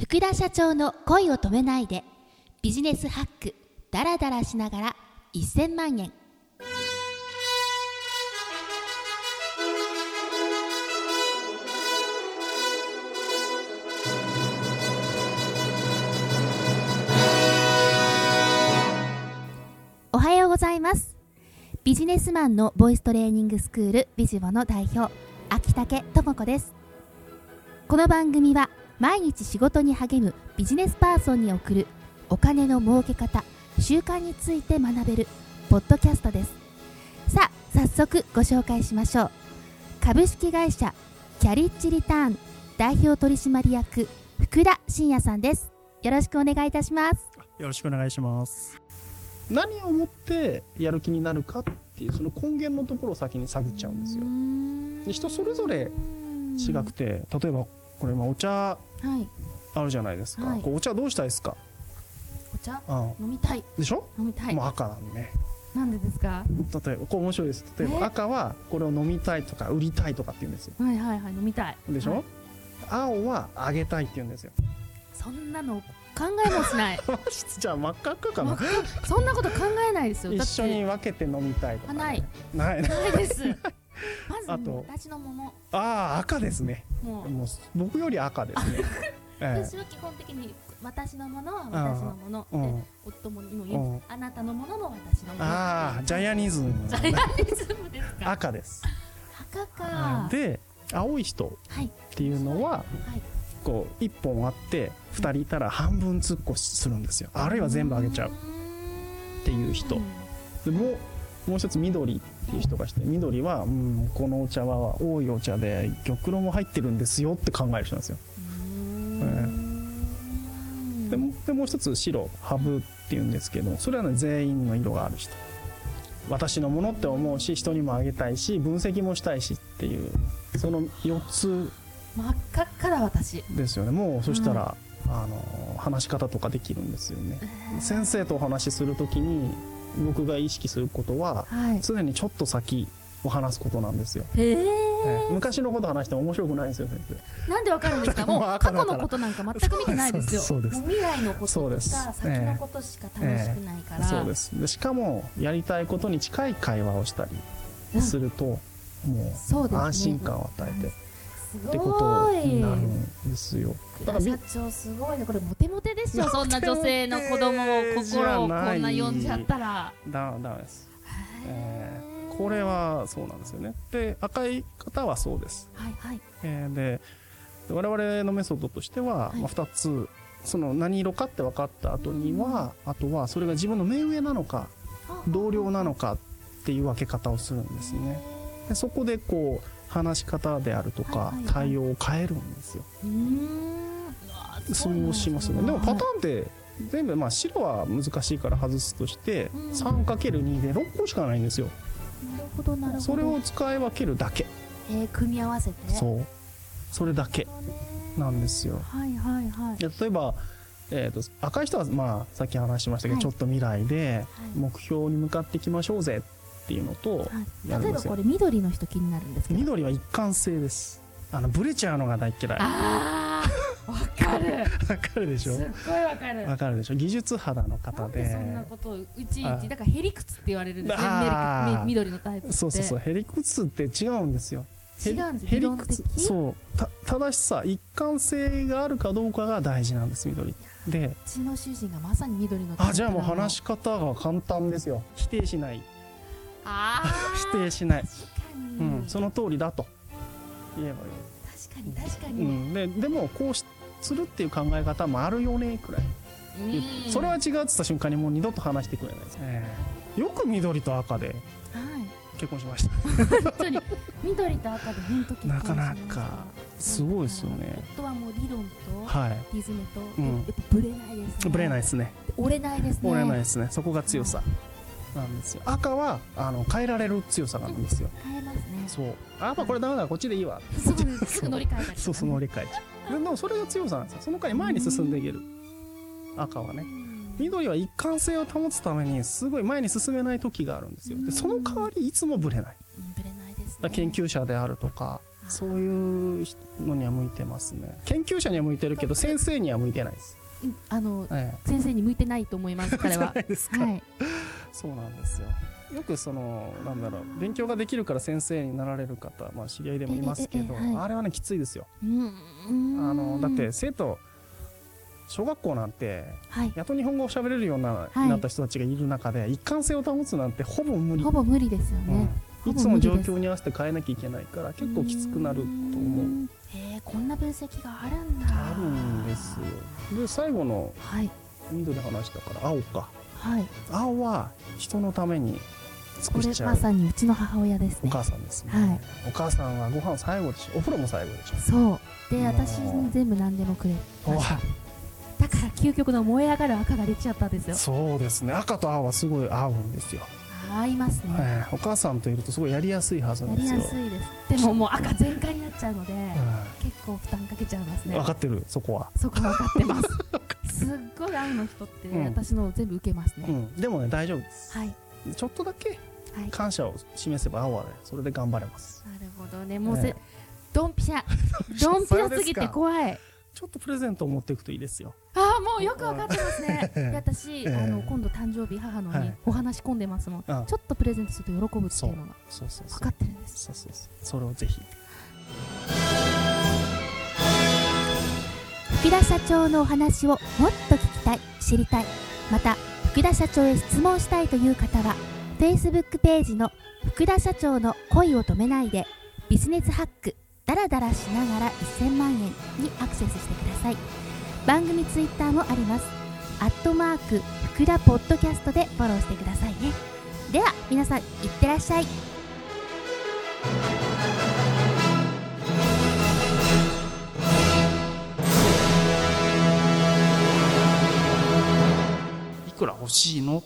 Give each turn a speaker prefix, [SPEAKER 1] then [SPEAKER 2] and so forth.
[SPEAKER 1] 福田社長の恋を止めないでビジネスハックダラダラしながら1000万円おはようございますビジネスマンのボイストレーニングスクールビジボの代表秋竹智子ですこの番組は毎日仕事に励むビジネスパーソンに送るお金の儲け方習慣について学べるポッドキャストですさあ早速ご紹介しましょう株式会社キャリッジリターン代表取締役福田真也さんですよろしくお願いいたします
[SPEAKER 2] よろしくお願いします何をもってやる気になるかっていうその根源のところを先に探っちゃうんですよで人それぞれ違くて例えばこれまあお茶
[SPEAKER 1] はい
[SPEAKER 2] あるじゃないですか、
[SPEAKER 1] はい
[SPEAKER 2] こうお茶どうしたいですか、
[SPEAKER 1] お茶
[SPEAKER 2] うん
[SPEAKER 1] 飲みたい
[SPEAKER 2] でしょ、
[SPEAKER 1] 飲みた
[SPEAKER 2] もう赤なんでね
[SPEAKER 1] なんでですか
[SPEAKER 2] 例えばこう面白いです例え
[SPEAKER 1] え
[SPEAKER 2] ば赤はこれを飲みたいとか売りたいとかって言うんですよ
[SPEAKER 1] はいはいはい飲みたい
[SPEAKER 2] でしょ、青はあげたいって言うんですよ
[SPEAKER 1] そんなの考えもしない
[SPEAKER 2] じゃあ真っ赤っかかな
[SPEAKER 1] そんなこと考えないですよ。だ
[SPEAKER 2] 一
[SPEAKER 1] って
[SPEAKER 2] 緒に分けて飲みたいとか、
[SPEAKER 1] あない
[SPEAKER 2] ないない
[SPEAKER 1] ないです。 まず
[SPEAKER 2] あ
[SPEAKER 1] もう
[SPEAKER 2] と
[SPEAKER 1] 私の桃
[SPEAKER 2] ああ赤ですね
[SPEAKER 1] もう、
[SPEAKER 2] もう僕より赤で すねええ
[SPEAKER 1] 私は基本的に私のものは私のもの、
[SPEAKER 2] う
[SPEAKER 1] で
[SPEAKER 2] ん
[SPEAKER 1] 夫もにも
[SPEAKER 2] う
[SPEAKER 1] 言うんあなたのものも私のもの。
[SPEAKER 2] ああジャイアニズム
[SPEAKER 1] ジャイアニズムですか。
[SPEAKER 2] 赤です
[SPEAKER 1] 赤か。
[SPEAKER 2] で青い人
[SPEAKER 1] はい
[SPEAKER 2] っていうのは
[SPEAKER 1] はい。
[SPEAKER 2] こう1本あって2人いたら半分突っ越しするんですよあるいは全部あげちゃうっていう人でもうもう一つ緑っていう人がして緑は、うん、このお茶は多いお茶で玉露も入ってるんですよって考える人なんですよ
[SPEAKER 1] うん。うーん
[SPEAKER 2] でもでもう一つ白ハブっていうんですけどそれは、ね、全員の色がある人私のものって思うし人にもあげたいし分析もしたいしっていうその4つ
[SPEAKER 1] 真っ赤っかだ私。
[SPEAKER 2] ですよねもうそしたら、あの話し方とかできるんですよね先生とお話しするときに僕が意識することは
[SPEAKER 1] はい。
[SPEAKER 2] 常にちょっと先を話すことなんですよ、
[SPEAKER 1] へえ
[SPEAKER 2] ええ昔のこと話しても面白くないんですよ先生
[SPEAKER 1] なんでわかるんですか。 も
[SPEAKER 2] も
[SPEAKER 1] う
[SPEAKER 2] う
[SPEAKER 1] 過
[SPEAKER 2] 赤だ
[SPEAKER 1] 去
[SPEAKER 2] から
[SPEAKER 1] のことなんか全く見てないですよ。
[SPEAKER 2] そうです
[SPEAKER 1] もう未来のこ
[SPEAKER 2] そ
[SPEAKER 1] とと
[SPEAKER 2] う
[SPEAKER 1] か
[SPEAKER 2] です
[SPEAKER 1] 先のことしか楽しくないから。
[SPEAKER 2] そうですでしかもやりたいことに近い会話をしたりすると、も
[SPEAKER 1] そうですね
[SPEAKER 2] う安心感を与えて
[SPEAKER 1] す
[SPEAKER 2] っ
[SPEAKER 1] ご
[SPEAKER 2] てことになるんですよだから
[SPEAKER 1] い。
[SPEAKER 2] み
[SPEAKER 1] 社長すごいねこれモテモテですよそんな女性の子供を心をこんな呼んじゃったら。
[SPEAKER 2] ダメダメです、え
[SPEAKER 1] へー
[SPEAKER 2] えこれ。はそうなんですよねで赤い方はそうです
[SPEAKER 1] はいはい。
[SPEAKER 2] えーでで我々のメソッドとしては、
[SPEAKER 1] はい
[SPEAKER 2] まあ、2つその何色かって分かった後には、あとはそれが自分の目上なのか同僚なのかっていう分け方をするんですねでそこでこう話し方であると
[SPEAKER 1] は
[SPEAKER 2] か
[SPEAKER 1] いはいはい
[SPEAKER 2] 対応を変えるんですよ、
[SPEAKER 1] うーん。うわ
[SPEAKER 2] そうしますねでもパター
[SPEAKER 1] ン。
[SPEAKER 2] ンって全部まあ白は難しいから外すとして
[SPEAKER 1] うん
[SPEAKER 2] 3×2 で6個しかないんですよ
[SPEAKER 1] なるほどなるほど。
[SPEAKER 2] それを使い分けるだけ
[SPEAKER 1] えー組み合わせて。
[SPEAKER 2] そうそれだけなんですよ
[SPEAKER 1] はいはいはい。
[SPEAKER 2] で例えば、えー、と赤い人は、まあ、さっき話しましたけど、
[SPEAKER 1] はい
[SPEAKER 2] ちょっと未来で
[SPEAKER 1] はい
[SPEAKER 2] 目標に向かっていきましょうぜっていうのと、
[SPEAKER 1] は
[SPEAKER 2] や
[SPEAKER 1] い、例え
[SPEAKER 2] るんで
[SPEAKER 1] ば
[SPEAKER 2] すよ
[SPEAKER 1] これ緑の人気になるんですけど
[SPEAKER 2] 緑は一貫性ですあのブレちゃうのが大嫌いわ
[SPEAKER 1] ああわかる
[SPEAKER 2] かるでし
[SPEAKER 1] すっ
[SPEAKER 2] ょ
[SPEAKER 1] ごいわかる
[SPEAKER 2] わかるでしょ技術肌の
[SPEAKER 1] な
[SPEAKER 2] 方
[SPEAKER 1] ん
[SPEAKER 2] で
[SPEAKER 1] でそんなことをうちい
[SPEAKER 2] あ
[SPEAKER 1] ちだからへりくつって言われるんですね
[SPEAKER 2] あー
[SPEAKER 1] メルみ緑のタイプって
[SPEAKER 2] そうそうそうヘリクツって違うんですよ
[SPEAKER 1] 違うんです
[SPEAKER 2] ヘ
[SPEAKER 1] 理
[SPEAKER 2] リ
[SPEAKER 1] 論
[SPEAKER 2] ク
[SPEAKER 1] 的
[SPEAKER 2] ツそうた正しさ一貫性があるかどうかが大事なんです緑で
[SPEAKER 1] うちの主人がまさに緑のタイプ
[SPEAKER 2] あじゃあもう
[SPEAKER 1] なの
[SPEAKER 2] 話し方が簡単ですよ否定しない
[SPEAKER 1] あ
[SPEAKER 2] 否
[SPEAKER 1] ー
[SPEAKER 2] 定しない
[SPEAKER 1] 確かに、
[SPEAKER 2] うん、その通りだと言えば
[SPEAKER 1] 確かに確か
[SPEAKER 2] いい、う
[SPEAKER 1] に、
[SPEAKER 2] ん、ででもこうしするっていう考え方もあるよねくらい、言ってそれは
[SPEAKER 1] は
[SPEAKER 2] 違うって言った瞬間にもう二度と話してくれないです、ねよく緑と赤で
[SPEAKER 1] い
[SPEAKER 2] 結婚しました
[SPEAKER 1] 本当に緑と赤で本当結婚しました
[SPEAKER 2] なかなかすごいですよね
[SPEAKER 1] 夫はもう理論と
[SPEAKER 2] はい
[SPEAKER 1] リズムと、
[SPEAKER 2] うん
[SPEAKER 1] やっぱブレないですね
[SPEAKER 2] ぶれないですね
[SPEAKER 1] 折れないですね
[SPEAKER 2] 折れないですねそこが強さなんですよ赤はあの変えられる強さなんですよ
[SPEAKER 1] 変えますね
[SPEAKER 2] そうあまあこれダメだこっちでいいわ
[SPEAKER 1] そうです。すぐ乗り換えたりとかね。
[SPEAKER 2] そうその理解でもそれが強さなんですよその代わり前に進んでいける赤はね
[SPEAKER 1] うん。
[SPEAKER 2] 緑は一貫性を保つためにすごい前に進めない時があるんですよでその代わりいつもブレないだか
[SPEAKER 1] ぶれないですね。
[SPEAKER 2] ら研究者であるとかそういうのには向いてますね研究者には向いてるけど先生には向いてないです、
[SPEAKER 1] うんあの
[SPEAKER 2] え
[SPEAKER 1] 先生に向いてないと思い ます彼
[SPEAKER 2] え、。
[SPEAKER 1] は
[SPEAKER 2] ですか、
[SPEAKER 1] はい、
[SPEAKER 2] そうなんですよよくそのなんだろう勉強ができるから先生になられる方、まあ、知り合いでもいますけど、
[SPEAKER 1] ええええはい
[SPEAKER 2] あれはねきついですよ
[SPEAKER 1] うん
[SPEAKER 2] あのだって、生徒小学校なんて
[SPEAKER 1] はい、
[SPEAKER 2] やっと日本語を喋れるような,、
[SPEAKER 1] はい
[SPEAKER 2] なった人たちがいる中で一貫性を保つなんてほぼ無理
[SPEAKER 1] ほぼ無理ですよ
[SPEAKER 2] うん
[SPEAKER 1] ね。ほぼ無理
[SPEAKER 2] い
[SPEAKER 1] です
[SPEAKER 2] つも状況に合わせて変えなきゃいけないから結構きつくなると思う。
[SPEAKER 1] ん。へえこんな分析があるんだ。
[SPEAKER 2] あるんですよで最後の
[SPEAKER 1] はい
[SPEAKER 2] 緑話だから青か
[SPEAKER 1] はい。
[SPEAKER 2] 青は人のために尽
[SPEAKER 1] こ
[SPEAKER 2] く
[SPEAKER 1] れ
[SPEAKER 2] しちゃ
[SPEAKER 1] ま
[SPEAKER 2] う
[SPEAKER 1] さにうちの母親です
[SPEAKER 2] お
[SPEAKER 1] ね。
[SPEAKER 2] 母さんですね、
[SPEAKER 1] はい
[SPEAKER 2] お母さんはご飯最後でしょお風呂も最後でし
[SPEAKER 1] そう。で
[SPEAKER 2] もう
[SPEAKER 1] 私に全部何でもくれ
[SPEAKER 2] ょ
[SPEAKER 1] ました。だから究極の燃え上がる赤が出ちゃったんですよ。
[SPEAKER 2] そうですね赤と青はすごい合うんですよ、
[SPEAKER 1] 合いますね。
[SPEAKER 2] ええお母さんといるとすごいやりやすいはずな
[SPEAKER 1] や
[SPEAKER 2] んで
[SPEAKER 1] り
[SPEAKER 2] す
[SPEAKER 1] や
[SPEAKER 2] よ
[SPEAKER 1] すいです。でももう赤全開になっちゃうので、
[SPEAKER 2] う
[SPEAKER 1] 結構負担かけちゃいます
[SPEAKER 2] ん
[SPEAKER 1] ね
[SPEAKER 2] 分。かってるそこは、
[SPEAKER 1] そこ分かってます。すっごい青の人って
[SPEAKER 2] うん
[SPEAKER 1] 私のを全部受けます
[SPEAKER 2] う
[SPEAKER 1] ね。
[SPEAKER 2] ん、でもね大丈夫です
[SPEAKER 1] はい
[SPEAKER 2] ちょっとだけ
[SPEAKER 1] はい。
[SPEAKER 2] 感謝を示せば青はねそれで頑張れます
[SPEAKER 1] なるほどね。もう
[SPEAKER 2] え
[SPEAKER 1] ぜ
[SPEAKER 2] え
[SPEAKER 1] ドンピシ ャ
[SPEAKER 2] ピ。シャ
[SPEAKER 1] ドンピシャすぎて怖い。
[SPEAKER 2] ちょっとプレゼントを持っていくといいですよ
[SPEAKER 1] ああもうよくわかってます ね。
[SPEAKER 2] ええ
[SPEAKER 1] で私、
[SPEAKER 2] ええ
[SPEAKER 1] あの今度誕生日母の
[SPEAKER 2] は
[SPEAKER 1] に
[SPEAKER 2] い
[SPEAKER 1] お話し込んでますもん。ちょ
[SPEAKER 2] あ
[SPEAKER 1] っとプレゼントすると喜ぶっていうのが
[SPEAKER 2] そうそう
[SPEAKER 1] 分
[SPEAKER 2] そ
[SPEAKER 1] か
[SPEAKER 2] う
[SPEAKER 1] ってるんです。
[SPEAKER 2] そうそうそうそれをぜひ
[SPEAKER 1] 福田社長のお話をもっと聞きたい知りたいまた福田社長へ質問したいという方は Facebook ページの「福田社長の恋を止めないでビジネスハックダラダラしながら1000万円」にアクセスしてください番組 Twitter もあります「アットマーク福田ポッドキャスト」でフォローしてくださいねでは皆さんいってらっしゃい
[SPEAKER 2] いくら欲しいの